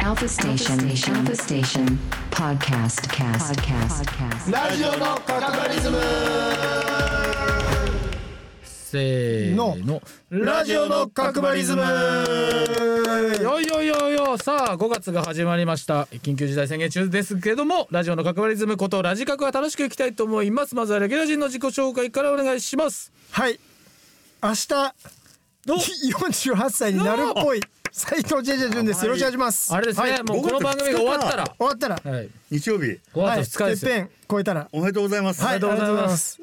Alpha Station. Alpha Station. Alpha Station. Podcast. Cast. Podcast. Podcast. ラジオのカカリズムせーのラジオの角張リズムよいよいよいよさあ5月が始まりました緊急事態宣言中ですけどもラジオの角張リズムことラジカクは楽しくいきたいと思いますまずはレギュラー陣の自己紹介からお願いしますはい明日の48歳になるっぽい斉藤ジェジェジュンですよろしくお願いしますあれですね、はいもうこの番組が終わったら終わったらはい日曜日5はい月2日ですよ、てっぺん超えたらおめでとうございます、はいありとうがござというございまます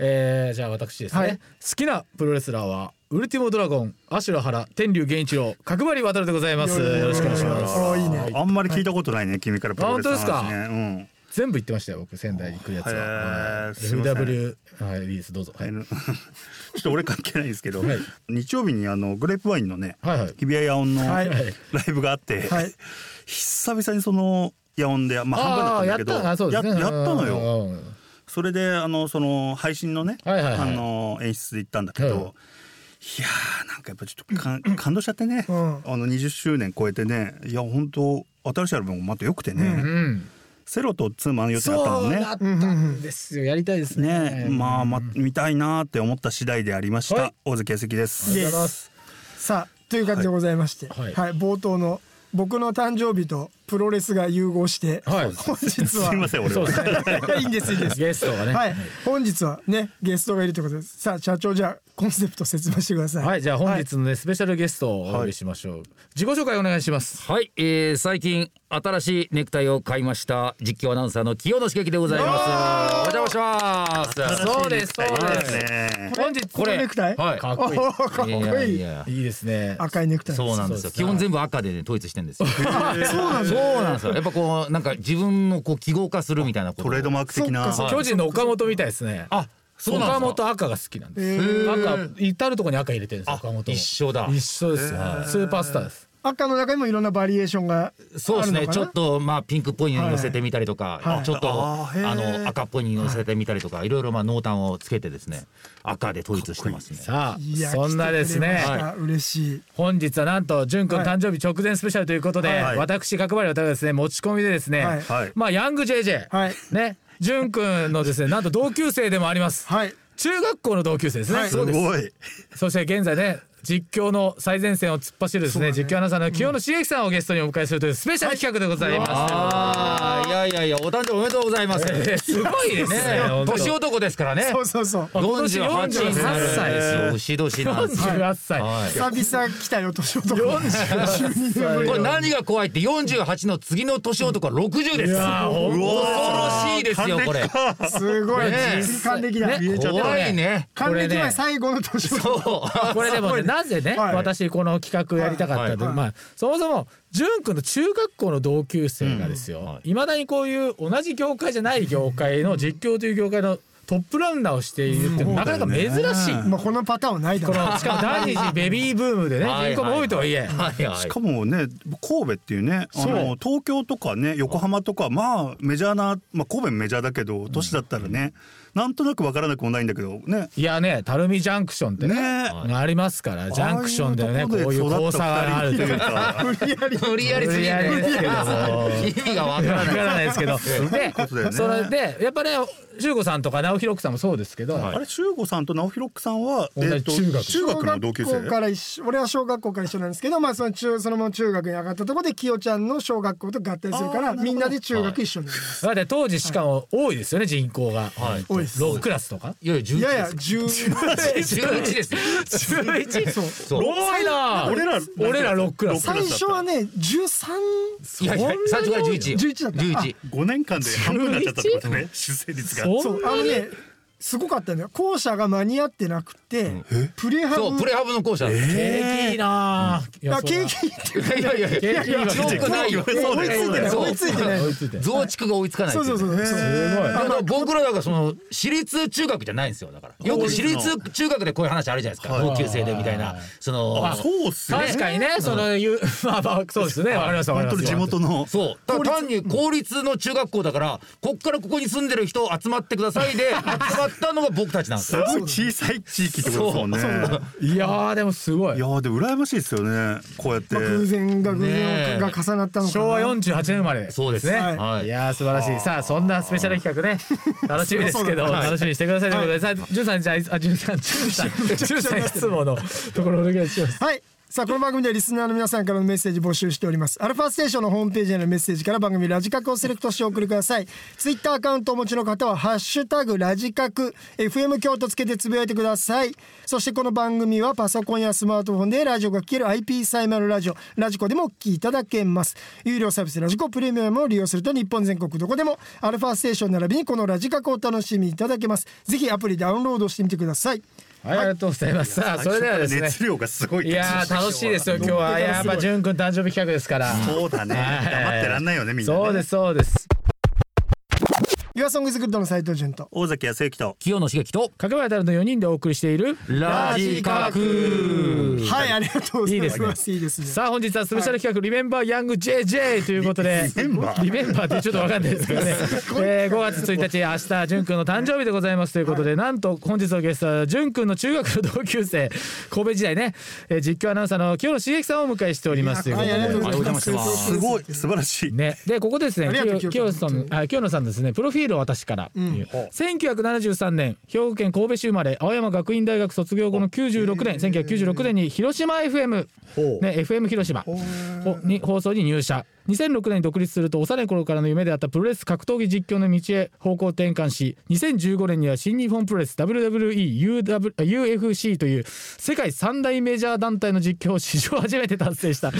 えー、じゃあ私ですね、はい好きなプロレスラーはウルティモドラゴンアシュラハラ天竜源一郎角張渡でございますよろしくお願いしますおーいいねあんまり聞いたことないね、君からプロレスのあ本話当ねうん全部言ってましたよ僕仙台に来るやつは、へーはいすいません FW はいリリースどうぞ、はいあのちょっと俺関係ないんですけど、はい日曜日にあのグレープワインのね、はいはい日比谷野音のはラいイブがあって、はい久々にその野音で、まあ、ああ半分だやっったんだけどたあそうですねややったのよ、うんうんそれであのその配信のね、はいはいはいあの演出で行ったんだけど、はいい、やーなんかやっぱちょっと かん感動しちゃってね、んあの20周年超えてねいや本当新しいアルバムもまた良くてね、うんセロとツーマン予定だったそのうねだったんですよやりたいですねねまあ、ま、見たいなーって思った次第でありました、はい大関関です。りがとうございますさあという感じでございましてははいい冒頭の僕の誕生日とプロレスが融合してはい本日すはいません俺そうはですねいいんですいいんですゲストがねはい本日はねゲストがいるということですさあ社長じゃあコンセプト説明してくださいはいじゃあ本日のねスペシャルゲストをお呼びしましょう、自己紹介お願いしますはい、えー、最近新しいネクタイを買いました実況アナウンサーの清野茂樹でございます。お邪魔します。そうですそうです、ね本日これネクタイはいかっおこいいーかっいこやいいいや、いいですね赤いネクタイそうなんですよ。基本全部赤でね統一してんですよ。そうなんだそうなんですよ。やっぱこうなんか自分のこう記号化するみたいなこと。トレードマーク的なそっかそっか巨人の岡本みたいですねあ、そうなん岡ですか。本赤が好きなんですへ赤至るとこに赤入れてるんですよ岡本も一緒だ。一緒ですはいスーパースターです赤の中にもいろんなバリエーションがそうですあるね。のかなちょっとまあピンクっぽいのに乗せてみたりとか、はいちょっとああーへーの赤っぽいのに乗せてみたりとか、いろいろまあ濃淡をつけてですね、赤で統一してますね。さいやあそんなですね来てくれました嬉しい本日はなんと淳君はい誕生日直前スペシャルということで、はい私角張り渡辺がですね持ち込みでですね、はいはいまあヤング JJ、はいね淳君のですねなんと同級生でもあります、はい中学校の同級生ですね、はいすごいそして現在ね実況の最前線を突っ走るですね実況アナウンサーの清野茂樹さんをゲストにお迎えするというスペシャル企画でございます、ああ、いやいやいや、お誕生日おめでとうございます。えーすごいですねね本当年男ですからねそ。うそうそう今年48になる48歳ですよ牛年なんですよ。 48歳、はい久々来たよ年男42年ぶりこれ何が怖いって48の次の年男は60です。やーほん恐ろしいですよこれ。すごいね還暦だね怖いね。還暦これ前ね最後の年男そう。 これでもねなぜね、はい私この企画やりたかったと、はいまあそもそも淳君の中学校の同級生がですよいま、未だにこういう同じ業界じゃない業界の実況という業界のトップランナーをしているっていうのはなかなか珍しい。まあこのパターンはないだころうのしかも第二次ベビーブームでねはいはい人口も多いとはいえはいはしいか。もね神戸っていうねあの東京とかね横浜とかまあメジャーな、まあ、神戸メジャーだけど都市だったらね、なんとなくわからなくもないんだけどねいやね垂水ジャンクションってねねありますからジャンクションでねああこういいうとこで育交った差があるというか。二人無理やり無理やりすぎないですけども意味がわかわらかない。らないですけどでことだよねそれでやっぱね修吾さんとか直弘さんもそうですけど、があれ修吾さんと直弘さんは、同じっと中学中学の同級小学生校から一緒俺は小学校から一緒なんですけどまあその中そのまま中学に上がったところでキヨちゃんの小学校と合体するからみんなで中学一緒になりますだって当時しかも多いですよね人口が、はい多いです6クラスとかいやいや11いやいやです。 十11ですね。 11そうう多いな俺ら俺ら6クラス最初はね13いやいや最初から11。 11だった11。 5年間で半分になっちゃったってことね出生率がそそんうなあのにねすごかったんだよ校舎が間に合ってなくてプレハブそうプレハブの校舎なんです。景気いいな、いやあそうだ景気いいっていやいやいや、景気がよくないよ。追いついてないそう追いついてない追いついて増築が追いつかないそっうていそううね。そうそうだから僕らだからその私立中学じゃないんですよだからよく私立中学でこういう話あるじゃないですか同級生でみたいなそのあそうっすね確かにね、そのゆ うまあまあそうですねわかりましたわ本か当りにまし地た元のそうた だ単に公立の中学校だからこっからここに住んでる人集まってくださいで集まったのが僕たちなんですすよ。ごい小さい地域ってことですもんね。いいやーでもすごいやーでも羨ましいですよね。こうやって。まあ偶然が偶ねえ然が重なったのかな昭和48年生まれそうですね。はいはいい。やー素晴らしいさあそんなスペシャル企画 ね楽しみですけどそうそう楽しみにしてくださいということでさあジュンさんじゃああジュンさんジュンさ んジュンさんいつものところお願いしますはい。さあこの番組ではリスナーの皆さんからのメッセージ募集しておりますアルファステーションのホームページへのメッセージから番組ラジカクをセレクトしてお送りくださいツイッターアカウントをお持ちの方は「ハッシュタグラジカク FM 京都」つけてつぶやいてくださいそしてこの番組はパソコンやスマートフォンでラジオが聴ける IP サイマルラジオラジコでもお聴きいただけます有料サービスラジコプレミアムを利用すると日本全国どこでもアルファステーション並びにこのラジカクをお楽しみいただけますぜひアプリダウンロードしてみてくださいはいありがとうございますさあそれではですね熱量がすごい。いやー楽しいですよ今日はやっぱジュン君誕生日企画ですからそうだね。黙ってらんないよねみんなね。そうですそうです岩ワソングズグッドの斉藤潤と大崎康之と。清野茂樹と角林太郎の4人でお送りしているラジカク。はい、ありがとうございいいでます。いいですね。さあ本日はスペシャル企画「リメンバーヤング JJ」ということでリメンバーリメンバーってちょっとわかんないですけどね、えー、5月1日明日淳くんの誕生日でございますということで、なんと本日のゲストは淳くんの中学の同級生神戸時代ね、えー実況アナウンサーの清野茂樹さんをお迎えしておりますというこはい、とありがとうで。ございます。お邪魔してますごい素晴らしい。ね、でここでですねありがとう清清野野ささんんあ清野さんですねプロフィールを私から、1973年兵庫県神戸市生まれ青山学院大学卒業後の96年1996年に広島 FM、ね、FM 広島をに放送に入社2006年に独立すると幼い頃からの夢であったプロレス格闘技実況の道へ方向転換し2015年には新日本プロレス WWEUFC という世界三大メジャー団体の実況を史上初めて達成した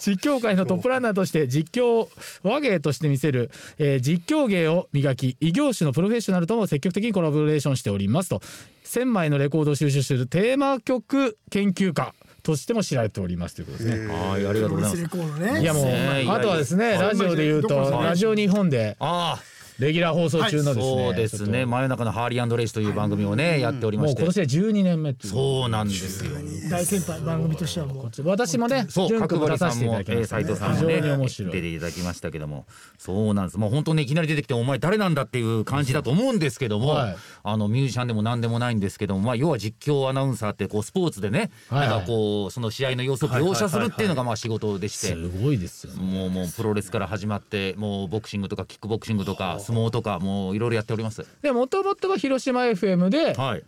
実況界のトップランナーとして実況を和芸として見せる、えー実況芸を磨き異業種のプロフェッショナルとも積極的にコラボレーションしておりますと1000枚のレコードを収集するテーマ曲研究家としても知られておりますということですね。はい、ありがとうございます。ミスレコードね。いやもう、ねあとはですね、ラジオで言う、どことのラジオ日本で、ああ、レギュラー放送中のですね。そうですね。真夜中のハーリーレイスという番組をね、やっておりもまうし今て。年で12年目っていう。そうなんですよ。大先輩、番組としてはもう。私もね、そう、純君角も張出ささせんていも、ただきえまーした斉ね藤さんもね、非常に面白出い。ていただきましたけども、そうなんです。もう本当にいきなり出てきて、お前誰なんだっていう感じだと思うんですけども、はいあのミュージシャンでも何でもないんですけども、まあ要は実況アナウンサーってこうスポーツでね、はいはないんかこうその試合の様子を描写するっていうのがまあ仕事でして。すごいですよね。もうもうプロレスから始まってもうボクシングとかキックボクシングとか相撲とかもういろいろやっております。で、もともとは広島 FM で、はい。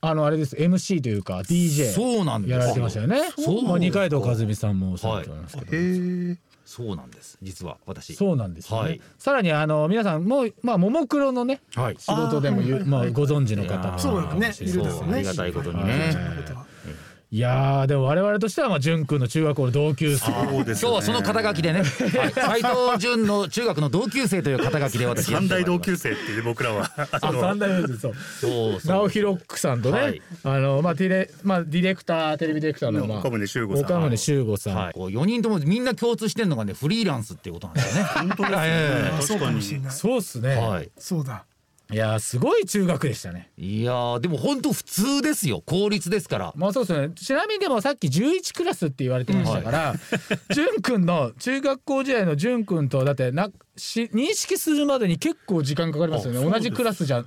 あの、あれです、MC というか、DJ。そうなんですよやられてましたよね。そうまあ二階堂和美さんもそうだと思いますけど。え。そうなんです。実は私。そうなんですよね、はいさらにあの皆さんもうまあももクロのねはい。仕事でもゆまあご存知の方もそうだねそいるだろうねありがたいことにはいね。いやーでも我々としてはまあ純君の中学校の同級生そうです今日よね。はその肩書きでね、斎藤潤の中学の同級生という肩書きで私三大同級生っていうね僕らは。ああの三代目ですそうそうそう直弘さんとね、はいあのまあディレまあディレクターテレビディレクターの、まあ、岡宗修吾さん岡宗修吾さん、はい、こう4人ともみんな共通してるのがねフリーランスっていうことなんですよね本当ですねあそうかもしれない。そうっすね、、はいいそうだ。やーすごい中学でしたねいやーでも本当普通ですよ公立ですからまあそうですねちなみにでもさっき11クラスって言われてましたから、純くんの中学校時代の純くんとだってなし認識するまでに結構時間かかりますよね同じクラスじゃ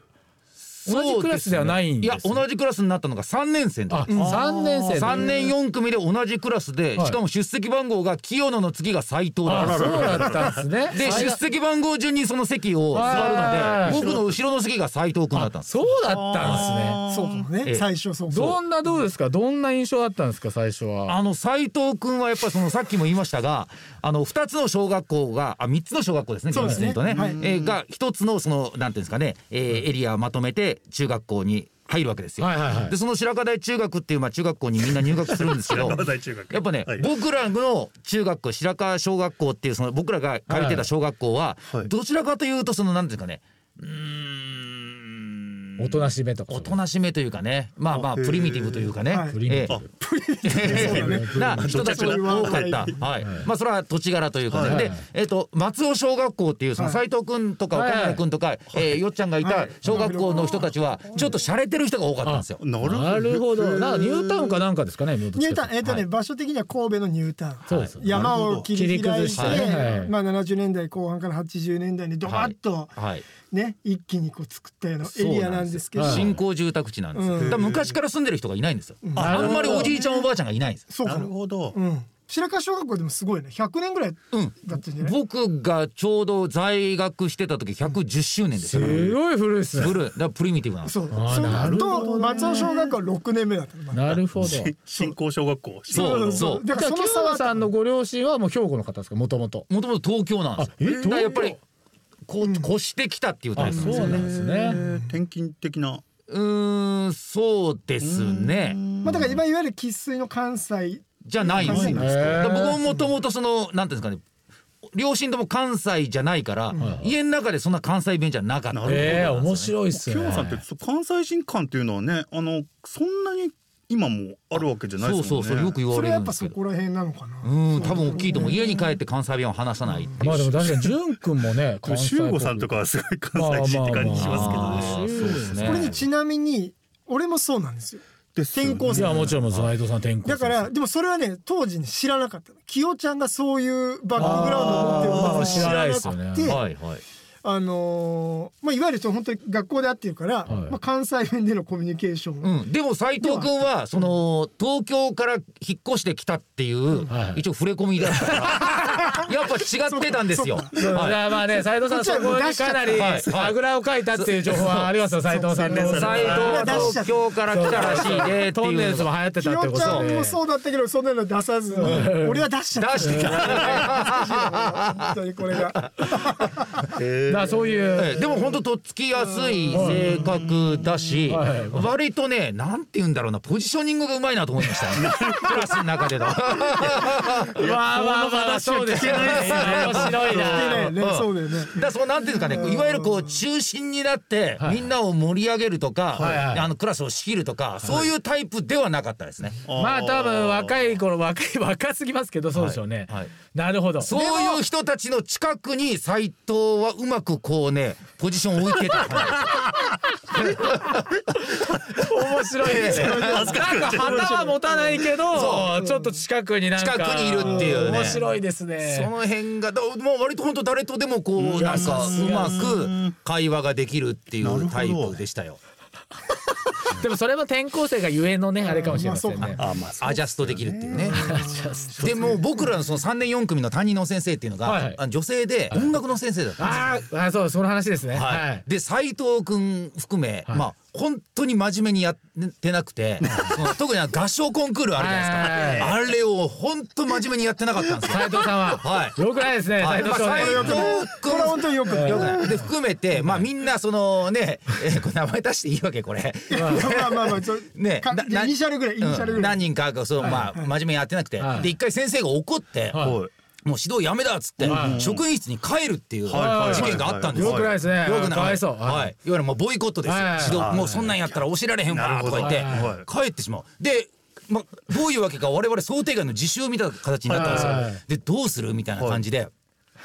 同じクラスではないんですねそうねいや同じクラスになったのが3年生のあ時三3年生3年4組で同じクラスで、はいしかも出席番号が清野の次が斎藤だあったそうだったんですねで最出悪席番号順にその席を座あるのーで僕の後ろの席が斎藤君だったんですそうだったんですねそうかもええね。最初そう。どんなどうですかどんな印象だったんですか最初は。あの斉藤君はやっぱりそのさっきも言いましたが、あの二つの小学校があ三つの小学校ですね。そうですね厳密に言うとね、はいえーが一つのそのなんていうんですかね、えーエリアをまとめて中学校に入るわけですよ。はいはいはいでその白河台中学っていうまあ中学校にみんな入学するんですけど白。河台中学やっぱね、はい僕らの中学校白河小学校っていうその僕らが借りてた小学校は、はいどちらかというとそのなんていうんですかね。うーんおとなしめとか。おとなしめというかねまあまあプリミティブというかね、はいプリミティブええ な人たちが多かった。はい。まあそれは土地柄というかね。で、えっと松尾小学校っていうその斉藤くんとかはい岡村くんとかえーよっちゃんがいた小学校の人たちはちょっと洒落てる人が多かったんですよ。なるなるほど。なんかニュータウンかなんかですかね。ニュニュータウン、えっとね、場所的には神戸のニュータそうウでンす。山を切り開い切てり崩してねはい、まあ70年代後半から80年代にドバッとはい。ね、一気にこう作ったようなそエうリアななんんなんですよそうなんですけど新興住宅地なんですよ、だから昔から住んでる人がいないんですよ、あんまりおじいちゃんおばあちゃんがいないんですよそうなかるもほどう。ん白川小学校でもすごいね100年ぐらいだったんじゃない、僕がちょうど在学してた時110周年ですよ、すごい古いっ すねブルーだからプリミティブなんですそうそうなると松尾小学校は6年目だったのまだなる ほどし新興小学校。そうそうそうだじかゃあらその差清は野さんのご両親はもう兵庫の方ですかもともともともと東京なんですよあえだからやっぱりこう越してきたっていうタイあプなんそですようなんですねえー転勤的な。うーんそうですねまあだから今いわゆる生粋の関西じゃないんですよへーだから僕ももともとそのなんていうんですかね両親とも関西じゃないから、家の中でそんな関西弁じゃなかった、なるええ面白いっす清野ねさんってそう関西人感っていうのはね、あのそんなに今もあるわけじゃないそでうすもそんうそね。うよく言わそれれるはやっんぱですそけこどら辺なのかなうん多分大きいと思う家に帰って関西弁を話さないっていう、まあでも確かに純くんもね関西修吾さんとかはすごい関西人って感じしますけどあね。ーそうですねこれにちなみに俺もそうなんですよですよね転校い生やもちろん斎藤さん転校だからでもそれはね当時に知らなかったのキヨちゃんがそういうバックグラウンドを持ってるあーのを知らなくて知らないあですよねはいはいのーまあ、いわゆるちょっと本当に学校で会ってるから、いまあ、関西弁でのコミュニケーション、うん、でも斉藤君はその東京から引っ越してきたっていうはい一応触れ込みだった からやっぱ違ってたんですよ。そうはいいやまあね斉藤さんそこにかなりはいあぐらをかいたっていう情報はありますよ斉藤さんね斉藤は東京から来たらしいでってトンネいルうズのもが流行ってキたってヨこちゃとんでもそうだったけどそんなの出さず俺は出しちゃった出してた。本当にこれがだからそういうえ えでも本当とっつきやすい性格だし、はい割とねなんて言うんだろうなポジショニングがうまいなと思いました ねクラスの中での。まあまあまあそうですよね面白いねなねそうだよねだからそのなんていうんですかねいわゆるこう中心になってみんなを盛り上げるとか、はいはいあのクラスを仕切るとか、そういうタイプではなかったですね。まあ多分若い頃若い 若すぎますけどそうでしょうねはいはいなるほどそういう人たちの近くに斎藤はうまくこうねポジションを置いてた感面白いですね。なんか旗は持たないけど、ちょっと近くになんか近くにいるっていうね面白いですじそね。の辺がだもう割と本当誰とでもこうなんかうまく会話ができるっていうタイプでしたよ。でもそれも転校生がゆえのねあれかもしれませんね。あまあそうアジャストできるっていうね。でもう僕らのその3年4組の担任の先生っていうのが、はいはいあの女性で音楽の先生だったんですよあーあ、そうその話ですね。はいはい。で斉藤君含め、まあ本当に真面目にやってなくて、その特にあの合唱コンクールあるじゃないですか、あれを本当真面目にやってなかったんですよ。斉藤さんは、はいよくないですね。はい斉藤さんまあ斉藤君これは本当によくないよくないで含めて、まあみんなそのね、 えーこれ名前出していいわけこれ。まあまあまあちょねかなイニシャルぐらいイニシャルうぐんらい何人かがそう、まあ真面目にやってなくて、はいで一回先生が怒って、はいはいもう指導やめだっつって、はい職員室に帰るっていう事はいはい件があったんですよくないですね。よくない。かわいそう。はい。い、わゆるもうボイコットですよ。はい指は導いもうそんなんやったら教えられへんなわるとほどか言って、はい帰ってしまう。で、まあ、どういうわけか我々想定外の自習みたいな形になったんですよ。はいはいはいで、どうするみたいな感じで、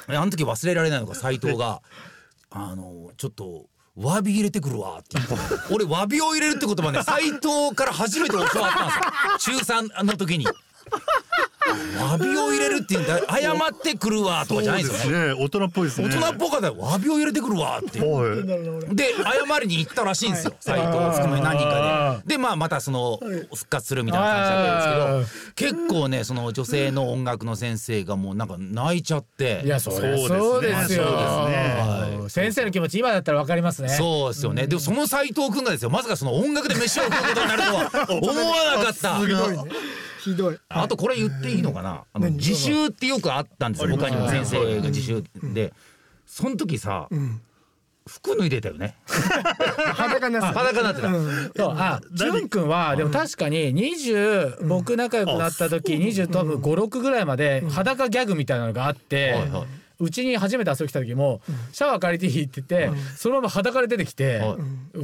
あの時忘れられないのが斎藤が、 あの、ちょっと、詫び入れてくるわって言 って俺詫びを入れるって言葉ね斎藤から初めて教わったんですよ 中3の時に詫びを入れるって言うんだ謝ってくるわとかじゃないんですよねね。大人っぽいですね。大人っぽかったよ詫びを入れてくるわっていうはい。で謝りに行ったらしいんですよ斎藤を含め何人かででまあまたその復活するみたいな感じだったんですけど結構ねその女性の音楽の先生がもうなんか泣いちゃっていやそりゃそうですねそうですよ。そうですねはい先生の気持ち今だったらわかりますね。そうですよねでもその斎藤君がですよまさかその音楽で飯を食うことになるとは思わなかったひどいあとこれ言っていいのかな、あの自習ってよくあったんですよ他にも先生が自習で、その時さ、服脱いでたよね裸になってた裸になってた、そうあ、ジュン君はでも確かに20、僕仲良くなった時20多分5、6ぐらいまで裸ギャグみたいなのがあってはいはいうちに初めて遊び来た時もシャワー借りていいって言ってそのまま裸で出てきては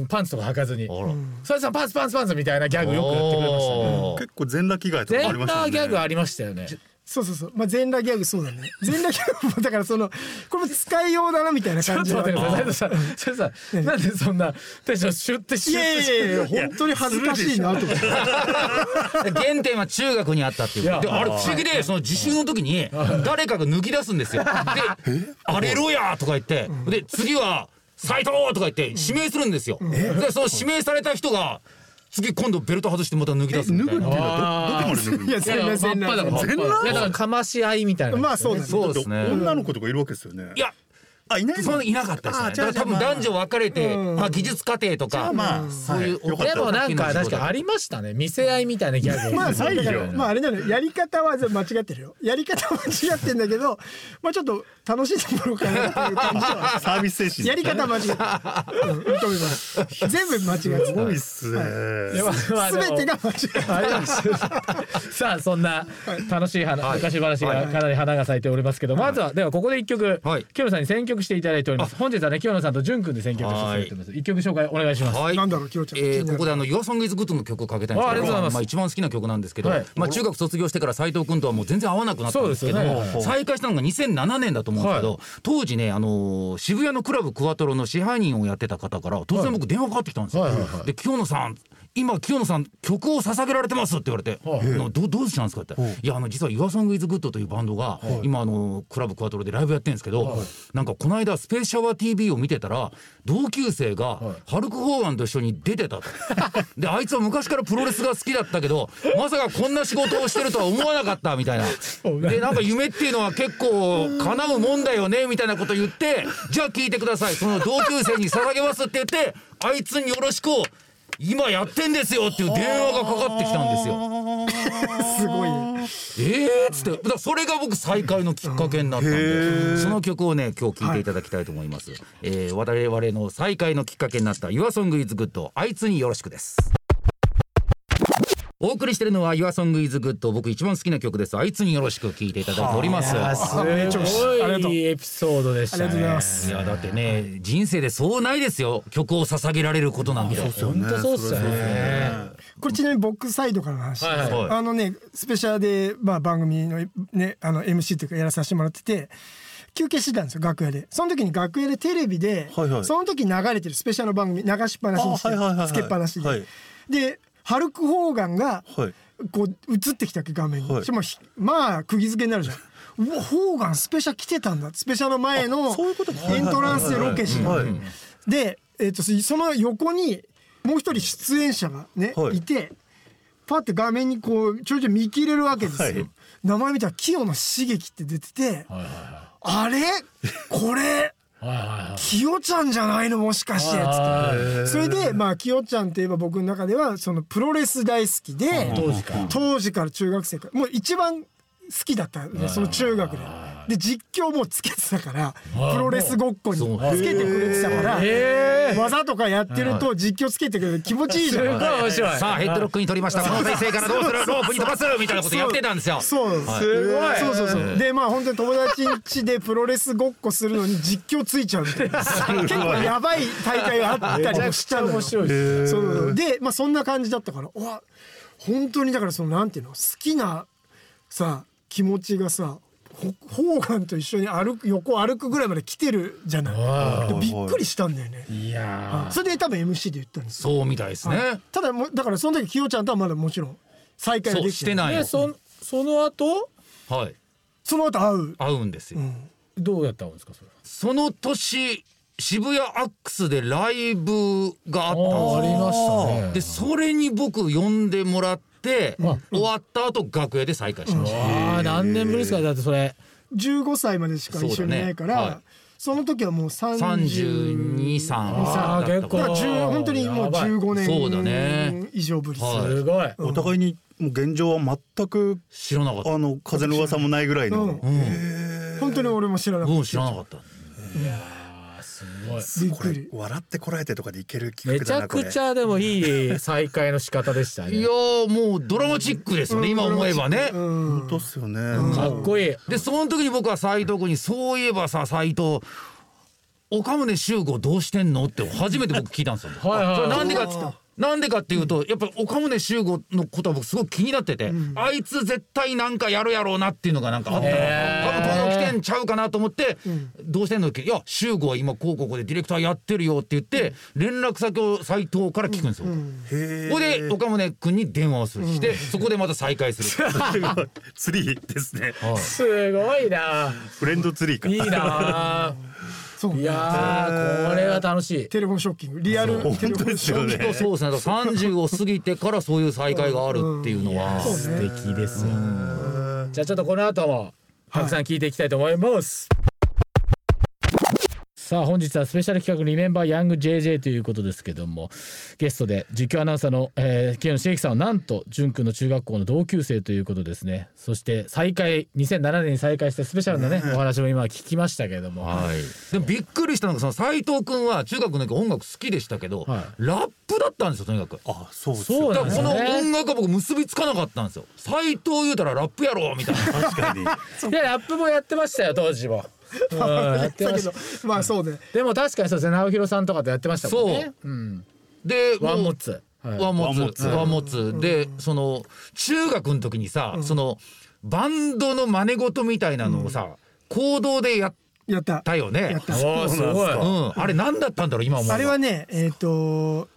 パンツとか履かずにあら「それさんパンツパンツパンツ」みたいなギャグよくやってくれましたね。おー結構全裸着替えとかあり全ましたよ裸ね。ギャグありましたよね。そうそうそうまあ全裸ギャグそうだね全裸ギャグもだからそのこれも使いようだなみたいなちょ感っじとは待ってください。斉藤さん、斉藤さん、なんでそんな、テンションシュッてシいュッやていやいや本当に恥ずかしいなと思って 原点は中学にあったっていういやであれ不思議でその自習の時に誰かが抜き出すんですよで「あれろや!」とか言ってで次は斎藤とか言って指名するんですよ。でその指名された人が次今度ベルト外してまた脱ぎ出すみたいな。脱ぐっていうのはどどこまいや全裸全裸いや真っ裸だもで脱ぐのん全裸いやだからかまし合いみたいな、まあそうだねそうですね。女の子とかいるわけですよね。いやあいないのそのいなかったですね。あだから多分男女分かれて、まあ技術過程とか、まあそういうはいよかっでたもなんか確かにありましたね見せ合いみたいなギャグまあ、ないよ だからまあ、あれなのよ、やり方は間違ってるよ。やり方は間違ってんだけど、まあ、ちょっと楽しんでもらおうかなっていう感じは。サービス精神。やり方間違ってる。うん認めます。全部間違ってすごいる。っすね。すべてが間違ってる。あります。 さあそんな楽しい話、昔話がかなり花が咲いておりますけど、まずはではここで一曲、はい清野さんに選曲していただいております。本日はね清野さんと淳くんで選曲していただいております。一曲紹介お願いします。はい。なんだろうキヨちゃんえーここであの YourSongIsGood の曲をかけたいんですああけどりがとうございますまあ一番好きな曲なんですけど、はいまあ中学卒業してから斉藤君とはもう全然会わなくなったんですけどそうですよね再会したのが2007年だと思うんですけど、は当時ねあのー渋谷のクラブクワトロの支配人をやってた方から突然僕電話かかってきたんですよ。はいはいはいで清野さん今清野さん曲を捧げられてますって言われて「はいなどどうしたんですか?」って言ったら「いやあの実は YourSongIsGood というバンドが、今あのクラブクワトロでライブやってるんですけど、なんかこの間スペースシャワー TV を見てたら同級生がハルク・ホーガンと一緒に出てたとであいつは昔からプロレスが好きだったけどまさかこんな仕事をしてるとは思わなかったみたいなでなんか夢っていうのは結構叶うもんだよねみたいなこと言ってじゃあ聞いてくださいその同級生に捧げますって言ってあいつによろしくを今やってんですよっていう電話がかかってきたんですよ。すごいね。えー、っつってだからそれが僕再会のきっかけになったんでその曲をね今日聴いていただきたいと思います、えー我々の再会のきっかけになった「YourSongIsGood あいつによろしく」ですお送りしてるのは YourSongIsGood 僕一番好きな曲ですあいつによろしく聴いていただいておりますすごいエピソードでしありたがとうございねま。いす。やだってね人生でそうないですよ曲を捧げられることなんて本当そうっすよね。これちなみに僕サイドからの話。はいはいはいあのね、スペシャルで、まあ、番組の、ね、あの MC というかやらさせてもらってて、休憩してたんですよ、楽屋で。その時に楽屋でテレビで、はいはいその時流れてるスペシャルの番組流しっぱなしにして、あはいはいはいはいつけっぱなしで。はいで、ハルク・ホーガンが、はいこう映ってきたっけ画面に、はいしかもひまあ釘付けになるじゃんうわホーガンスペシャル来てたんだスペシャルの前のあそういうことかエントランスでロケしてたはいはいはいはいで、えっとそその横にもう一人出演者がね、はいい、てパッて画面にこうちょいちょい見切れるわけですよ、はい名前見たら「清野茂樹」って出てて、あれこれはいはキヨちゃんじゃないのもしかしてっつってそれでまあキヨちゃんといえば僕の中ではそのプロレス大好きで当時から当時から中学生からもう一番好きだったねその中学でで実況もつけてたからプロレスごっこにつそうけてくれてたかい。ええ。ら技とかやってると実況つけてくれる気持ちいいじすゃごいん面白い。さあヘッドロックに取りましたこの体勢からどうするロープに飛ばすみたいなことやってたんですよそうすごいそうそうそうでまあ本当に友達ん家でプロレスごっこするのに実況ついちゃうみたいな結構やばい大会があったりもしたのよ面白いです。そうで、まあ、そんな感じだったからうわ本当にだからそのなんていうの好きなさ気持ちがさホホーガンと一緒に歩く横を歩くぐらいまで来てるじゃないでびっくりしたんだよねいやそれで多分 MC で言ったんですよそうみたいですねただもうだからその時きよちゃんとはまだもちろん再会はそでうきしててなないいー。でのそその後はいその後会う合うんですよ、どうやったんですかそれ。その年渋谷アックスでライブがあったんですよありましたね。でそれに僕呼んでもらって、終わった後楽屋で再会しました、ああ何年ぶりですかだってそれ。 15歳までしか一緒にいないからそそ,、うだねはいの時はもう30 32歳あー結構だから10本当にもう15そうだね年以上ぶりですはいすごい。お互いにもう現状は全く知らなかったあの風の噂もないぐらいの。本当に俺も知らなかっうん知らなかったすごい。たびっこくれり笑ってこらえてとかでいける企め画ちだゃなこれ。くちゃでもいい再会の仕方でしたいねや。ーもうドラマチックですよね、今思えばね、本当っすよね。かっこいい。でその時に僕は斎藤君に「そういえばさ斎藤岡宗修吾どうしてんの?」って初めて僕聞いたんですよ。はいはいそれなんでかっつったなんでかっていうとやっぱり岡宗修吾のことは僕すごく気になってて、あいつ絶対なんかやるやろうなっていうのがなんかあったの、へー多分この起点ちゃうかなと思って「どうしてんの?」って「いや修吾は今こうこうこうでディレクターやってるよ」って言って連絡先を斎藤から聞くんですよ。へここで岡宗君に電話をするして、そこでまた再会する。ー。ツリーですね。すごいな。フレンドツリーか。 いいな。そういやーこれは楽しいテレフォンショッキングリアル本テレフ当ォでンすショよッキングね。そうですねだから30を過ぎてからそういう再会があるっていうのは、素敵ですじゃあちょっとこの後もたくさん聞いていきたいと思います、さあ本日はスペシャル企画「リメンバーヤング JJ」ということですけどもゲストで実況アナウンサーの、えー、清野茂樹さんはなんと淳君の中学校の同級生ということですねそして再会2007年に再会してスペシャルなねお話も今聞きましたけども、でもびっくりしたのがその斉藤君は中学の時音楽好きでしたけど、はいラップだったんですよとにかく。あ、そうですそうなよ。だかんでらすこよのね音楽は僕結びつかなかったんですよ。斉藤言うたらラップやろみたいな。 確かに。いやラップもやってましたよ当時も。うんやってだまけしどたまあそうででも確かにそうですね直弘さんとかとやってましたもんね。そうんで、ワンもモッうツ。はいワンモワンモッッツツワンモッツでその中学の時にさ、そのバンドの真似事みたいなのをさ、行動でやっやったたよねやっ。たおーすごい。うん、あれ何だったんだろう今思うあれはねえっと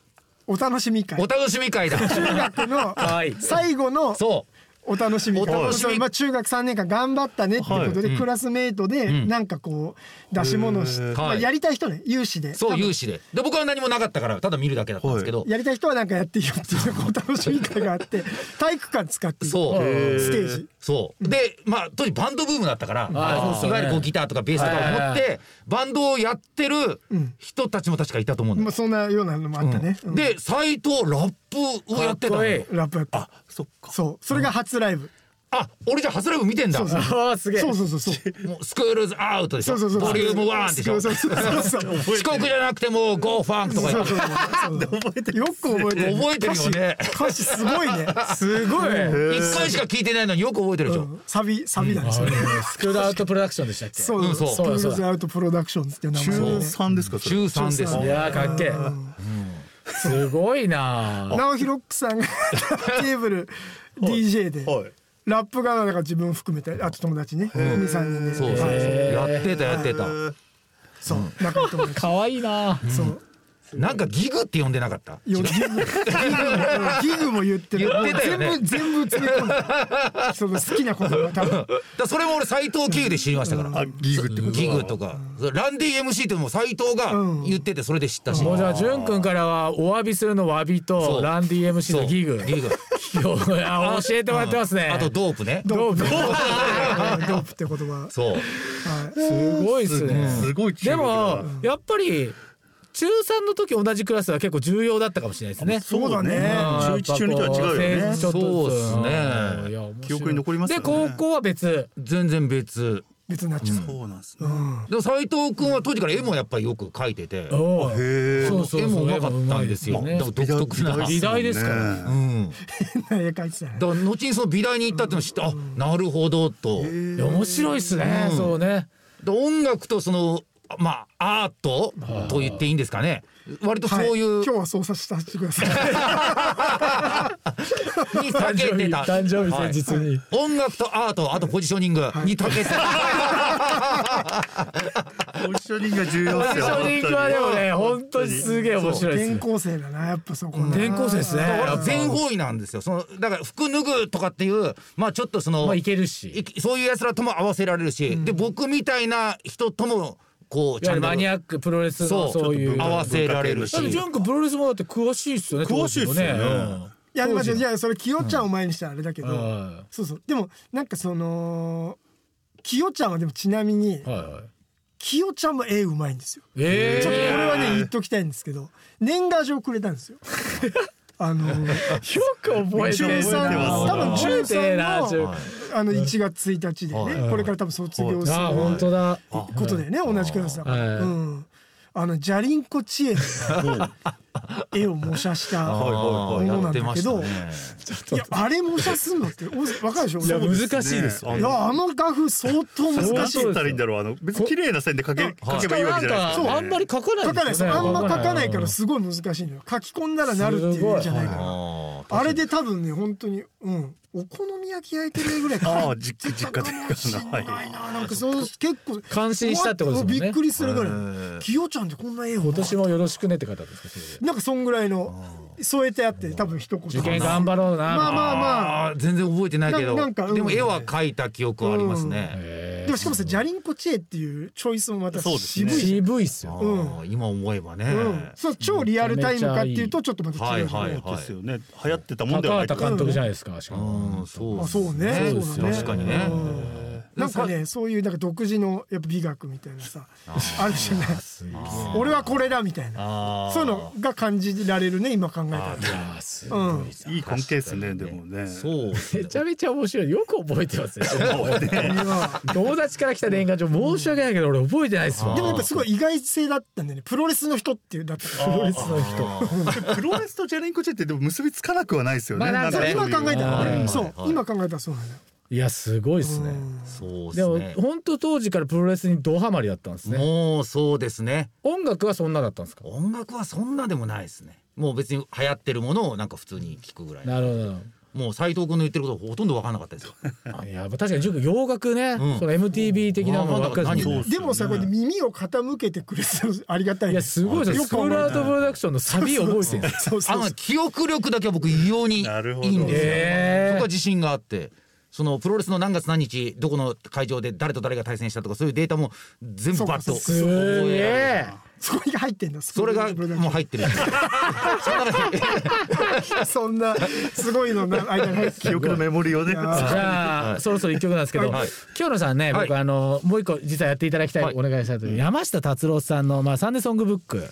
お楽しみ会お楽しみ会だ。中学の可愛い最後のそう。お楽しみお楽しみまあ、中学3年間頑張ったねってことで、クラスメートでなんかこう出し物をし、へーまあ、はいやりたい人ね有志でそう多分有志でで僕は何もなかったからただ見るだけだったんですけど、やりたい人はなんかやっていいよっていうこう楽しみ会があって体育館使っていいそうステージそうでまあ当時バンドブームだったからあーそうっすいよねわゆるこうギターとかベースとかを持っはいはいてバンドをやってる人たちも確かいたと思うんまあ、だそんなようなのもあったね、うんで斎藤ラップをやってたのかっこいいラップやったあ、そっか。そうそれが初ライブ、あ俺じゃあハズライブ見てんだそうそうあーすげえ。そうそうそうそうそうもうスクールズアウトでしそょうそうそうボリューム1でしょそうそうそうそうそう遅刻じゃなくてもゴーファンクとかそ言うってそうそうよく覚えてる覚えてるよね歌詞歌詞すごいねすごい。一回しか聞いてないのによく覚えてるでしょ、サビサビだねそれスクールアウトプロダクションでしたっけ。そううんそそううそうそうアウトプロダクションズっていう名前中でね三ですか。それ中3ですいねやーかっけえ。すごいなー。直弘さんがテーブル DJ ではい。ラップがなんか自分含めてあと友達ね二三人でそうそうやってたやってたそう仲いい友達可愛いなー。そうなんかギグって呼んでなかったよギグもギグも言ってる言ってたよねもう全部全部詰め込んだその好きなことが多分だそれも俺斎藤経由で知りましたから。あ、ギグってこと。ギグと。か、ランディ MC ってもう斎藤が言っててそれで知ったし。もうじゃあ淳君からはお詫びするの詫びそとうランディ MC そうのギグ。ギグ。今日あ教えてもらってますね。あとドープね。ドープドープって言葉そう。はいすごいですね。すごい中で学だなもやっぱり中3の時同じクラスは結構重要だったかもしれないですね。そうだね。うん中一中二とは違うよやっねぱ。こそうっすねうんいや面白い記憶に残りますよでね高校は別。全然別。別になっちゃうそうなんですね。でも斎藤君は当時から絵もやっぱりよく描いてて。おうへえ。そうそう絵そもううまかったんですよ。絵でもも独特な。美大ですからねうん。だか変な絵描いてたねら後にその美大に行ったっていうのを知って、あ、なるほどと。いや面白いですね。うんそうね。で音楽とそのまあアートと言っていいんですかね割とそういう はい今日は操作したしてください に長けてた誕生日誕生日前日に。はい音楽とアートあとポジショニングに長け てた、ポジショニングが重要でポすジよ。ショニングはでもね本当にすげえ面白いです転ね。校生だなやっぱそこな転校生ですね。やっぱ全方位なんですよそのだから服脱ぐとかっていうまあちょっとその、まあいけるし。いそういうやつらとも合わせられるし、で僕みたいな人ともこういネわゆるルマニアックプロレスそのうそういう。合わせられるしだってジュン君プロレスもだって詳しいっすよね。詳しいっすよね当時もねいや待っていやそれキヨちゃんを前にしたらあれだけど、はいそうそうでもなんかそのキヨちゃんはでもちなみにはいはい。キヨちゃんも絵うまいんですよ、えちょっとこれえはね言っときたいんですけど年賀状くれたんですよあのー。よく覚えて中る三な。多分中三のはいあの1月1日でね、これから多分卒業するあー本当だ。ことでね同じクラスだから、はいうん、あのじゃりんこ知恵の絵を模写したはいはいはもいのやなっんてだまけしたど、ねいやあれ模写すんのっておわかるでしょいや俺も難しいですよ。よいやあの画風相当難難ししいいったらいいんだろうあの別に綺麗な線で描け描けばいいわけじゃないですそうかあんまり書かない書かないですあんま書かないからすすごい難しいのよ書き込んだらなるっていう絵じゃないかあらーあれで多分ね本当にうんお好み焼き焼いてる絵ぐらいあ描あい実て実たか家的もしんなないはいななんかそう結構感心したってことですもんねびっくりするぐらいきよちゃんってこんな絵を今年もよろしくねって方ですかそれでなんかそんぐらいの添えてあって多分一言受験頑張ろうな まあまあまああー全然覚えてないけどななんかうんでも絵は描いた記憶はありますね、えでもしかもさジャリンコチエっていうチョイスもまたそうですね渋いじゃん渋いっすよ。ああ今思えばね、うん、そう超リアルタイムかっていうとちょっとまた違うじゃんはいはいですよね流行ってたもんで高はない畑監督じゃないですか。しかも。うんそうあそそうねうでそうすだよね確かにねなんかねそういうなんか独自のやっぱ美学みたいなさあるじゃないすげえ俺はこれだみたいなああそういうのが感じられるね今考えたらいやーすごいな。いい関係ですねでもねそうですめねちゃめちゃ面白い。よく覚えてますね。いや友達から来た年賀状申し訳ないけど俺覚えてないですもん。でもやっぱすごい意外性だったんだよねプロレスの人っていうだってプロレスの人。プロレスとジャリンコチェってでも結びつかなくはないですよまね。あなんかなんか今そういう考えたはらいねそうはい今考えたらそうなんだよいやすごいですね。そうでですもね本当当時からプロレスにドハマりだったんですね。もうそうですね音楽はそんなだったんですか。音楽はそんなでもないですねもう別に流行ってるものをなんか普通に聞くぐらいなるほどなるほど。もう斉藤君の言ってることほとんど分かんなかったですよ あいや確かに塾洋楽ね、うんその MTV 的なものばっかりですうんわかんなかっねた何でもさこうやって耳を傾けてくれてたのありがたいいねやすごいですよよスくクー思ルアえウトプロダクションのサビ覚 えてるんですそうあそうのそう記憶力だけは僕異様にいいなるほどんですよ、へーそこは自信があってそのプロレスの何月何日どこの会場で誰と誰が対戦したとかそういうデータも全部バッとそうす覚げえられるえそこに入ってんだそれがもう入ってるそんな中でそんなすごいのな間に入って記憶のメモリをね。あじゃあ、そろそろ一曲なんですけど、はい清野さんね、はい僕あのもう一個実はやっていただきたい、はいお願いしたいという山下達郎さんのまあサンデーソングブック、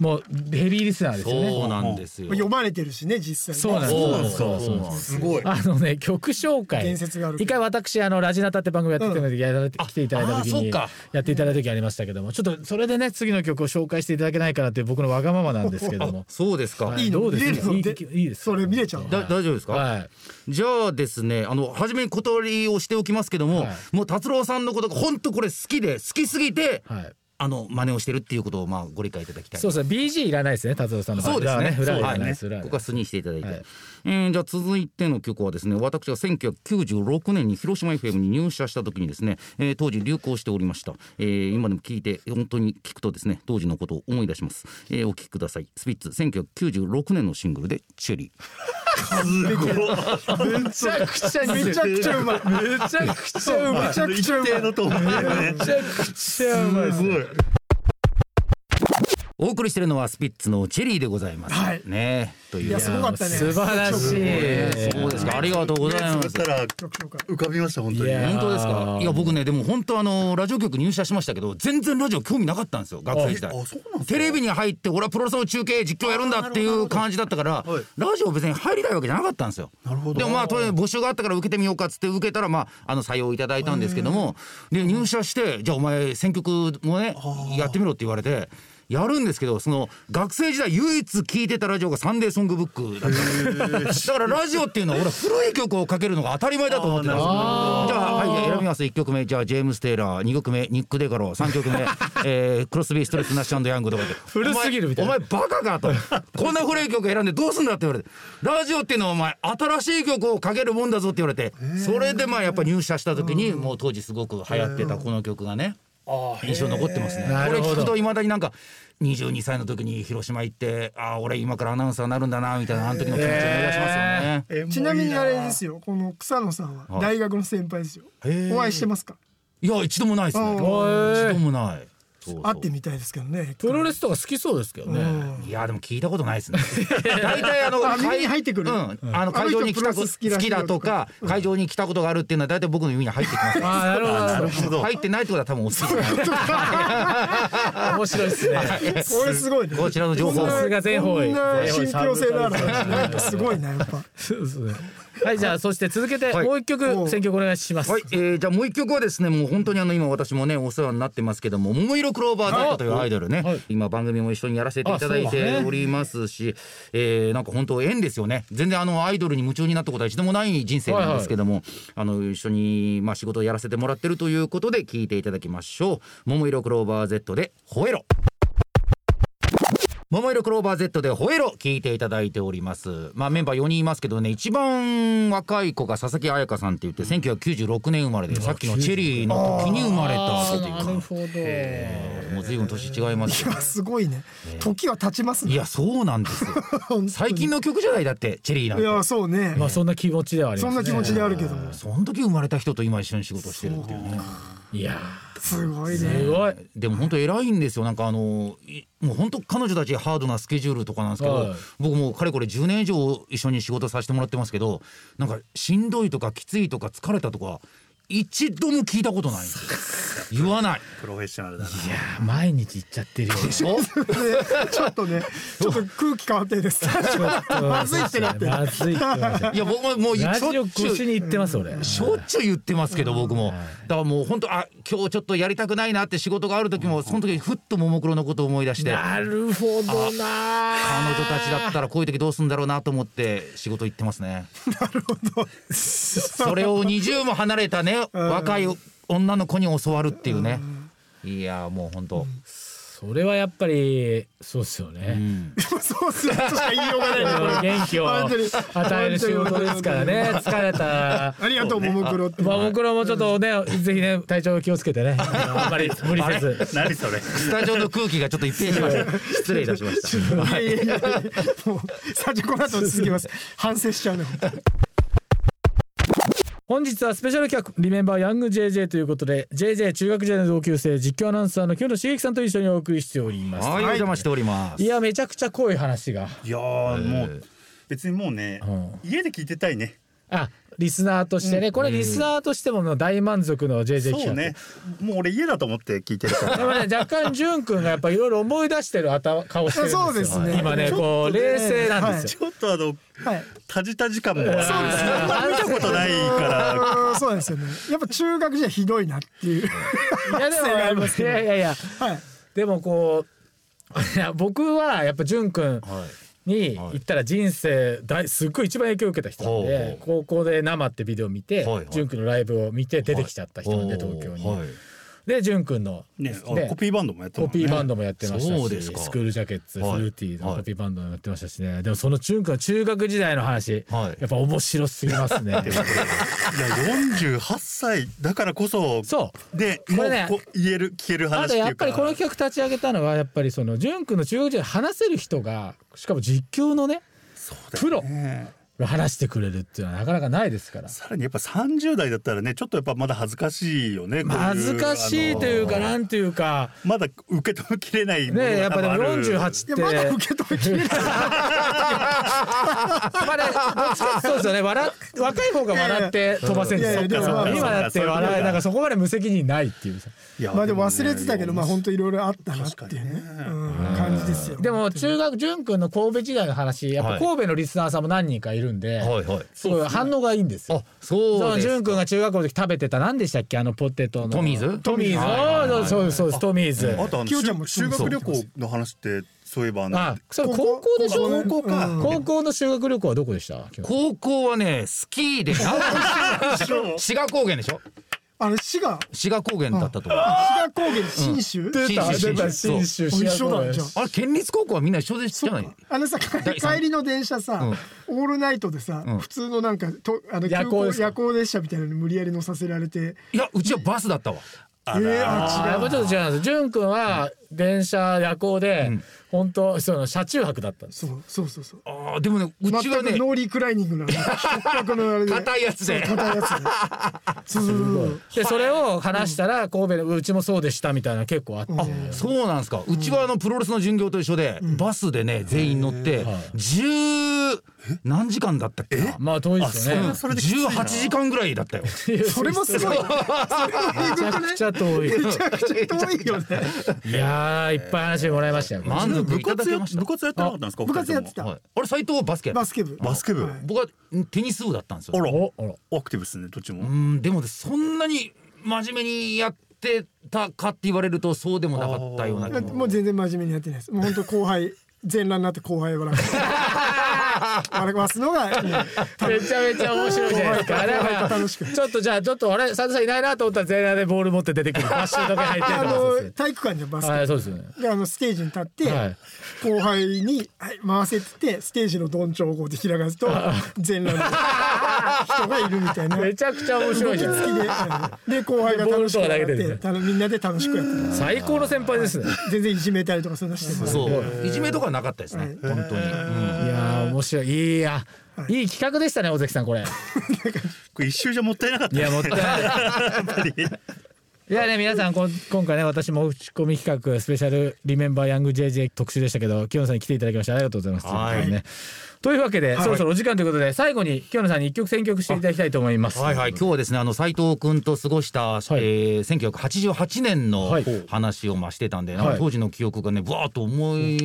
もうヘビーリスナーですよね。そうなんですよ読まれてるしね実際ねそうなんですそうなんよですそそうそううなんですすごい。あのね曲紹介伝説がある一回私あのラジナタって番組やってたので、やられて来ていただいあた時あーそにうかやっていただいた時ありましたけどもちょっとそれでね次の曲を紹介していただけないからっていう僕のわがままなんですけどもそうですか、はいいのどうです見れるのいいでいいですそれ見れちゃうのだ大丈夫ですか、はいじゃあですねあの初めに断りをしておきますけども、はいもう達郎さんのことが本当これ好きで好きすぎて、はいあの真似をしてるっていうことをまあご理解いただきたいそうそう BG いらないですね達郎さんのそうですね。裏は裏はいらないですそ裏うははいい。ここらないではす素にしていただいて。はいえーじゃあ続いての曲はですね私が1996年に広島 FM に入社した時にですね、えー当時流行しておりました、えー今でも聞いて本当に聞くとですね当時のことを思い出します、えーお聴きくださいスピッツ1996年のシングルで「チェリー」めちゃくちゃめちゃくちゃうまい めちゃくちゃうまいめちゃくちゃうまい一定のと思うんだよね。めちゃくちゃうまいですすごねい。お送りしてるのはスピッツの「チェリー」でございます、はいねえといういやすごかったね素晴らしいえーそうですかありがとうございまつすぶったら曲とか浮かびました本当いに。や本当ですかいや僕ねでも本当あのラジオ局入社しましたけど全然ラジオ興味なかったんですよ学生時代あえあそうなんですテかレビに入って俺はプロレスの中継実況やるんだっていう感じだったからどはいラジオ別に入りたいわけじゃなかったんですよなるほどでもまあとりあえず募集があったから受けてみようかっつって受けたらまああの採用いただいたんですけどもで入社してじゃあお前選曲もねやってみろって言われてやるんですけどその学生時代唯一聞いてたラジオが「サンデーソングブック」だったんですよだからラジオっていうのは俺は古い曲をかけるのが当たり前だと思ってたんですよじゃあ、はい、選びます。1曲目、じゃあ、ジェームス・テイラー。2曲目、ニック・デカロー。3曲目、 えークロスビー・ストレス・ナッシュヤングとかで。古すぎるみたいなお前、お前バカかと。こんな古い曲選んでどうすんだって言われて。ラジオっていうのはお前、新しい曲をかけるもんだぞって言われて。それでまあ、やっぱ入社した時に、もう当時すごく流行ってたこの曲がね。印象に残ってますね。なこるれほど聞くといまだになんか22歳の時に広島行ってああ俺今からアナウンサーになるんだなみたいなあの時の気持ちを思い出しますよね。えーもういいちなみにあれですよこの草野さんははい大学の先輩ですよお会いしてますかいや一度もないですね。あー一度もない。そうそう会ってみたいですけどねプロレスとか好きそうですけどねいやでも聞いたことないですね。 大体あのあ会耳に入ってくるうん、あの会場に来たあこの人プロレス好き好らしいよきだとか会場に来たことがあるっていうのは大体僕の耳に入ってきますね。ああなるほどなるほほど入ってないってことは多分お好きじゃない。ど面白いですねこれすごいねこちらの情報。さはすが全方位こんな信全方憑位性のある話ねすごいなやっぱそうですねはいじゃあそして続けてはいもう一曲選曲お願いしますい、えーじゃあもう一曲はですねもう本当にあの今私もねお世話になってますけども「桃色クローバー Z」というアイドルね、はい今番組も一緒にやらせていただいあそうだてねおりますし、えーなんか本当縁ですよね全然あのアイドルに夢中になったことは一度もない人生なんですけども、あの一緒にまあ仕事をやらせてもらってるということで聞いていただきましょう「桃色クローバー Z」で「吠えろ」。桃色クローバー Z で吠えろ聞いていただいております。まあメンバー4人いますけどね、一番若い子が佐々木彩香さんって言って、1996年生まれで、さっきのチェリーの時に生まれたっていうか、ほどもう随分年違いますよ。すごいね時は経ちますいねや、そうなんですよ。本当最近の曲じゃないだって、チェリーなんいて。やそうねまあそんな気持ちではありそまんすなね気持ちであるけどもその時生まれた人と今一緒に仕事してるっていうね。いやすごいーねすごいでも本当偉いんですよなんかあのいもう本当彼女たちハードなスケジュールとかなんですけど、はい僕もうかれこれ10年以上一緒に仕事させてもらってますけどなんかしんどいとかきついとか疲れたとか一度も聞いたことないんですよ言わないプロフェッショナルだないやー毎日行っちゃってるよ でしょちょっと ねちょっと空気変わってるですまずいってなってるまずいってなってるいや僕ももう しょっラジオちゅう越しに行ってます俺しょっちゅう言ってますけど僕もだからもう本当あ今日ちょっとやりたくないなって仕事がある時もその時にふっとももクロのことを思い出してなるほどなー彼女たちだったらこういう時どうすんだろうなと思って仕事行ってますね。それを20も離れたね若い女の子に教わるっていうね。いやもう本当。それはやっぱりそうですよね、そうするとしか言いようがないねこれ元気を本当に与える仕事ですからね疲れたありがとうももクロってまあ僕らもちょっとねぜひね体調気をつけてね あんまり無理せず 何それスタジオの空気がちょっと一変しました。失礼いたしま した。いやいやいやもう最初この後続きます反省しちゃうね本日はスペシャル企画「リメンバーヤング JJ」ということで JJ 中学時代の同級生実況アナウンサーの清野茂樹さんと一緒にお送りしております、はいお邪魔しております。い、やめちゃくちゃ濃い話がいやーもう別にもうねん家で聞いてたいねあリスナーとしてね、これリスナーとしてももう大満足の JJ 企そ画うねもう俺家だと思って聞いてる からでもね、若干淳君がやっぱいろいろ思い出してる頭顔してるんですよ。そうですね今ね、ちょっことうね冷静なんですちよ。ょっとあのはいタジタジ感もそうですね見たことないからあーそうなんですよねやっぱ中学時代ひどいなっていういやでも反省がありますいねやいやいや、はいでもこうい や僕はやっぱ淳君にはい言ったら人生大すっごい一番影響を受けた人なんほうほでう、高校で生ってビデオ見てはいはい、淳君のライブを見て出てきちゃった人なんで東京はいに。で淳君のねあねコピーバンドもやってたもコんピーバンドもやってましたそうし、ですかスクールジャケッツ、はいフルーティーのコピーバンドもやってましたしね。でもその中学中学時代の話、はいやっぱ面白すぎます ね。いや48歳だからこそそうでこもうれねこ言える聞ける話あってというかやっぱりこの企画立ち上げたのはやっぱりその淳君の中学時代に話せる人がしかも実況のねプロねが話してくれるっていうのはなかなかないですからさらにやっぱ30代だったらねちょっとやっぱまだ恥ずかしいよねこういう恥ずかしいというあかのなんていうかまだ受け止めきれないものがねやっぱでも多分ある48っいやまだて受け止めきれないまあねどっちかってそうですよね笑っ若い方が笑って飛ばせるんでいすよやいやでもまあ今だって笑えなんかそこまで無責任ないっていうさいやまあでも忘れてたけどまあいや本当いろいろあったなっていうねうん感じですよでも中学淳君の神戸時代の話やっぱ神戸のリスナーさんも何人かいるんではいはい。すごい反応がいいんですよあそうです。淳君が中学校の時食べてた何でしたっけあのポテトのトミーズトミーズはいはいはいあーそうですそうですトミーズあとあのキヨちゃんも修修学旅行の話ってそういえばあのあそれ高校でしょ高校か高校の修学旅行はどこでした高校はねスキーで志賀高原でしょ。あれ滋賀志賀高原だったと思う。滋賀高原信州出た出た信州そう一緒だじゃんあれ県立高校はみんな一緒でじゃない。あのさ第三帰りの電車さ、オールナイトでさ、ん普通のなんかとあの夜夜行行ですか夜行列車みたいなのに無理やり乗させられていやうちはバスだったわ。えー、ああやっ違うぱちょっと違うんですよ淳君は電車夜行で、本当その車中泊だったんですそうそうそうそうああでもねう全ちはくねノーリークライニングなの触覚のあれで硬いやつで。硬いやつでそうそうそうでそれを話したら神戸のうちもそうでしたみたいな結構あって、そうなんですか。うちはあのプロレスの巡業と一緒で、バスでね全員乗って十何時間だったっけな。まあ遠いですよねうん十八時間ぐらいだったよ。それもすごいそめちゃくちゃ遠いれ遠いよねいやーいっぱい話もらいましたよ、満足い部ただ活けやました部。活やってなかったんですか部活やってたはい。あれ斎藤はバスケ。バスケ部バスケ部はい僕はテニス部だったんですよ。あらおあらアクティブですねどっちも、うんでもねそんなに真面目にやってたかって言われるとそうでもなかったような気も。もう全然真面目にやってないですもう本当後輩全裸になって後輩笑 う笑わすのがいいめちゃめちゃ面白いじゃないですか。あれは楽しくちょっとじゃあちょっとあれサンタさんいないなと思ったら全裸でボール持って出てくる。バッシュだけ入ってるあとかそうでのす体育館じゃバスね。はいケそうですよね。であのステージに立って、はい後輩に、はい、回せっててステージのどんちょうをこうで開かすと全裸の人がいるみたいなめ動きちゃくちゃ面白いじゃん。付きであ ので後輩が楽しくボールとか投げやてっるてたのみんなで楽しくやってます最高の先輩ですね。全然いじめたりとかそんなしてますそういじめとかはなかったですね。本当に。うんいやー面白い。いいや。いい企画でしたね、尾関さんこれ。これ一周じゃもったいなかったいや、もったいない。いやね皆さんこん今回ね私も打ち込み企画スペシャルリメンバーヤング JJ 特集でしたけど清野さんに来ていただきましてありがとうございます。はいとうことでねというわけで、そろそろお時間ということで最後に清野さんに一曲選曲していただきたいと思います。はいはい、今日はですねあの斉藤君と過ごした、いえー、1988年のはい話をまあしてたんで、なんはかい当時の記憶がねぶわーっと思い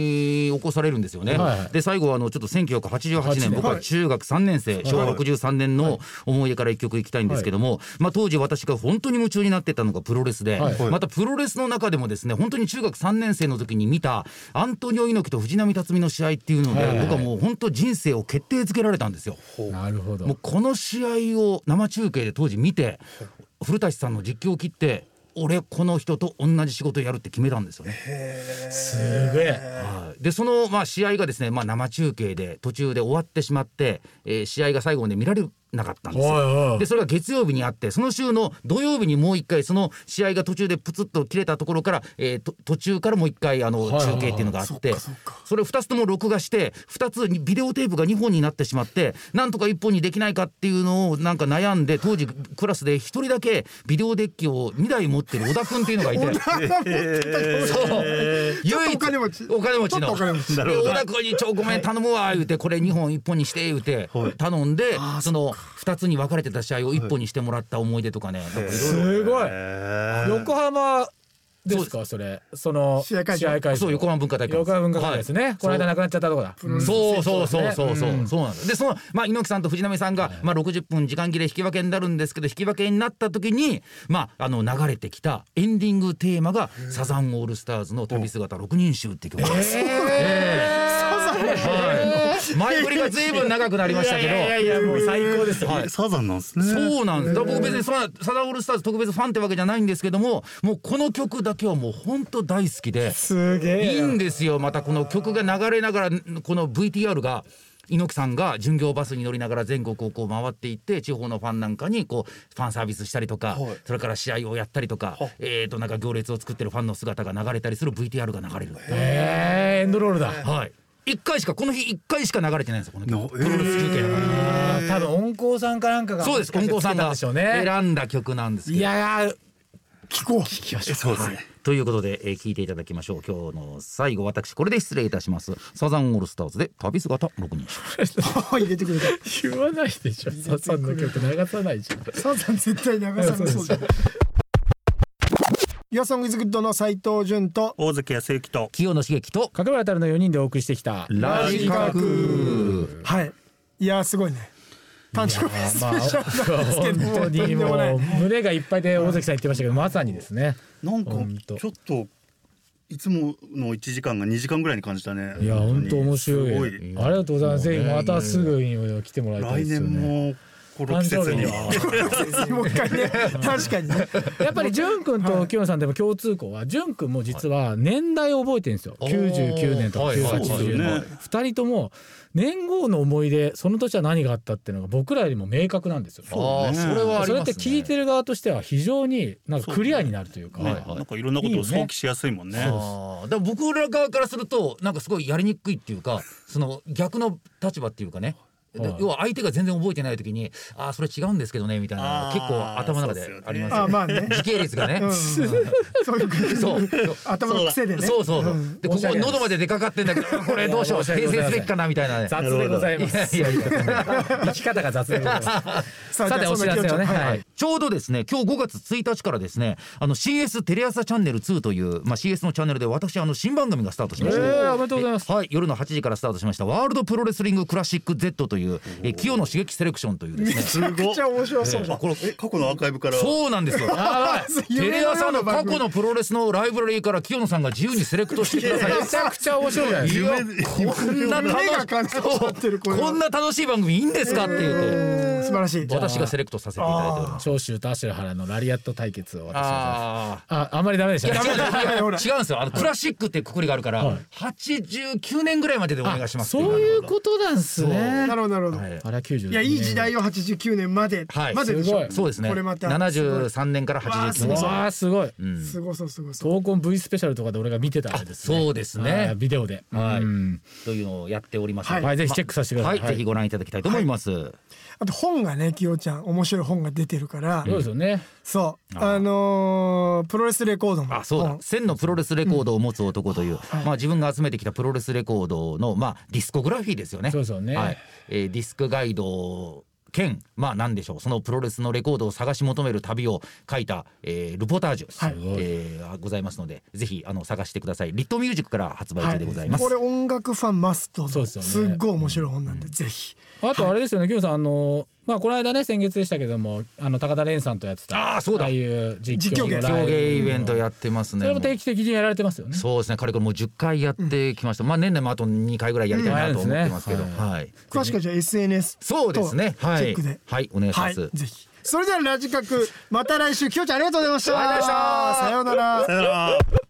起こされるんですよね。はいはいで最後はあのちょっと1988年、僕は中学3年生、昭和63年の思い出から一曲いきたいんですけども、まあ、当時私が本当に夢中になってたのがプロレスで、はいまたプロレスの中でもですね本当に中学3年生の時に見たアントニオ猪木と藤波辰巳の試合っていうので、はいはい僕はもう本当人生を決定づけられたんですよ。なるほど。もうこの試合を生中継で当時見て古舘さんの実況を切って俺この人と同じ仕事やるって決めたんですよね。すげえ。はいでそのまあ試合がですね、まあ、生中継で途中で終わってしまって、えー試合が最後まで見られなかったんですよ。おいおいでそれが月曜日にあってその週の土曜日にもう一回その試合が途中でプツッと切れたところから、えーと途中からもう一回あのいはいは中継いっていうのがあってそれ2つとも録画して2つにビデオテープが2本になってしまってなんとか1本にできないかっていうのをなんか悩んで当時クラスで1人だけビデオデッキを2台持ってる小田君っていうのがい て。そう唯一お金持ちお金持ちちょっとのお金持ちで小田君に「ちょごめん頼むわ」言うて「これ2本1本にして」言うて頼んでその2つに分かれてた試合を1本にしてもらった思い出とかねなんかいろいろすごい。え横浜ですかそれその試合会場試合会場そう横浜文化大会横浜文化会ですね、はいこの間亡くなっちゃったとこだそうそうそうそうそう、そうなんですでその、まあ、猪木さんと藤波さんが、まあ、60分時間切れ引き分けになるんですけど引き分けになった時に、まあ、あの流れてきたエンディングテーマが「サザンオールスターズの旅姿6人衆」っていう曲なんです。ええはい前振りが随分長くなりましたけどいやいやいやもう最高ですよ、はいサザンなんですね。そうなんです。だから僕別にそんなサザンオールスターズ特別ファンってわけじゃないんですけども、もうこの曲だけはもう本当大好きで、すげえい いんですよ。またこの曲が流れながらこの VTR が。猪木さんが巡業バスに乗りながら全国をこう回っていって地方のファンなんかにこうファンサービスしたりとかそれから試合をやったりとかえーとなんか行列を作ってるファンの姿が流れたりする VTR が流れるえー、エンドロールだ、はい1回しかこの日1回しか流れてないんですよこのな曲プロレス中継だからあー多分音工さんかなんかがそうです近藤さんがつけたんでしょうね選んだ曲なんですけどいやー聞こうそうですね。ということで、えー聞いていただきましょう今日の最後私これで失礼いたしますサザンオールスターズで旅姿6人入れてくれた言わないでしょサザンの曲流さないじゃんサザン絶対流さなそうじゃん Your Song is Good の斉藤潤と大関康之と。清野茂樹と角原たるの4人でお送りしてきたラジカクはいいやーすごいね誕生日スペシャルなんですけど本当とにんでもなもいう胸がいっぱいで大関さん言ってましたけどまさにですねなんかほんとちょっといつもの1時間が2時間ぐらいに感じたね。いや本当面白いすごいありがとうございますぜひまたすぐに来てもらいたい来ですよ年ねもこの季節に誕生日には もう一回ね確かにねやっぱり淳君と清野さんでも共通項は淳君も実は年代を覚えてるんですよ、99年とかはいはい98年とか、そうですよね2人とも年号の思い出その年は何があったっていうのが僕らよりも明確なんですよ。ああそれはありますねそれって聞いてる側としては非常になんかクリアになるというかねなんかいろんなことを想起しやすいもんね。あーだから僕ら側からするとなんかすごいやりにくいっていうかその逆の立場っていうかねではい要は相手が全然覚えてない時に「ああそれ違うんですけどね」みたいなのが結構頭の中でありますあよーねまあね時系列がね。うんそういうそうそう頭の癖でねそうそうそう。で、こ申しこ訳ないです喉まで出かかってんだけど、これどうしよう、いや申し訂訳ござい正ませんすべきかなみたいなね。雑でございますいやいやいや生き方が雑でございますささてお知らせをね、はいはい、ちょうどですね、今日5月1日からですね、あの CS テレ朝チャンネル2という、まあ CS のチャンネルで私、あの新番組がスタートしました。えーおめでとうございますえはい、夜の8時からスタートしました、ワールドプロレスリングクラシック Z という、え清野茂樹セレクションというですね。すごい。めっちゃ面白そうじゃあんこれえ過去のアーカイブから。そうなんですよ。テレ朝の過去ののプロレスのライブラリーから清野さんが自由にセレクトしてください。めちゃくちゃ面白いじゃないですいかやこんな楽目が感じちゃってるこれこんな楽しい番組いいんですかって言って、素晴らしい私がセレクトさせていただいております。長州と芦原のラリアット対決を私はああ。ああんまりダメでしたいねや違う違う違う違ほうんらですよあのクラシックってくくりがあるから、はい89年ぐらいまででお願いしますってそういうことなんすねなるほどなるほどはいあれは90いやいい時代を89年まではいまででしすごょいそうですねこれまた73年からわあす89ごい年わあすごいすごそうすごそう闘魂 V スペシャルとかで俺が見てたあれですねそうですあーねビデオではいうんというのをやっておりますのではいぜひチェックさせてくだはさいい、ぜひご覧いただきたいと思います、あと本本がねきよちゃん面白い本が出てるから、そうですよね。そうあのープロレスレコードのあそうだ本千のプロレスレコードを持つ男という、まあ、自分が集めてきたプロレスレコードの、まあ、ディスコグラフィーですよねそうですよねはいえーディスクガイド兼まあ何でしょうそのプロレスのレコードを探し求める旅を書いた、えールポタージュ、はいえーございますのでぜひあの探してくださいリットミュージックから発売中でございます、これ音楽ファンマストのそうですすよねっごい面白い本なんで、ぜひあとあれですよね、キムさん、あの、まあ、この間ね、先月でしたけども、あの、高田蓮さんとやってた。あーそうだあいう実況実況芸ライブ競芸イベントやってますねそれも定期的にやられてますよね。そうですねかれこれもう10回やってきました、まあ年内もあと2回ぐらいやりたいなと思ってますけど、うんはい詳しくはじゃあ SNS そうですねとはいチェックではいお願いします、はいぜひそれではラジカクまた来週きよちゃんありがとうございましたさようならさよなら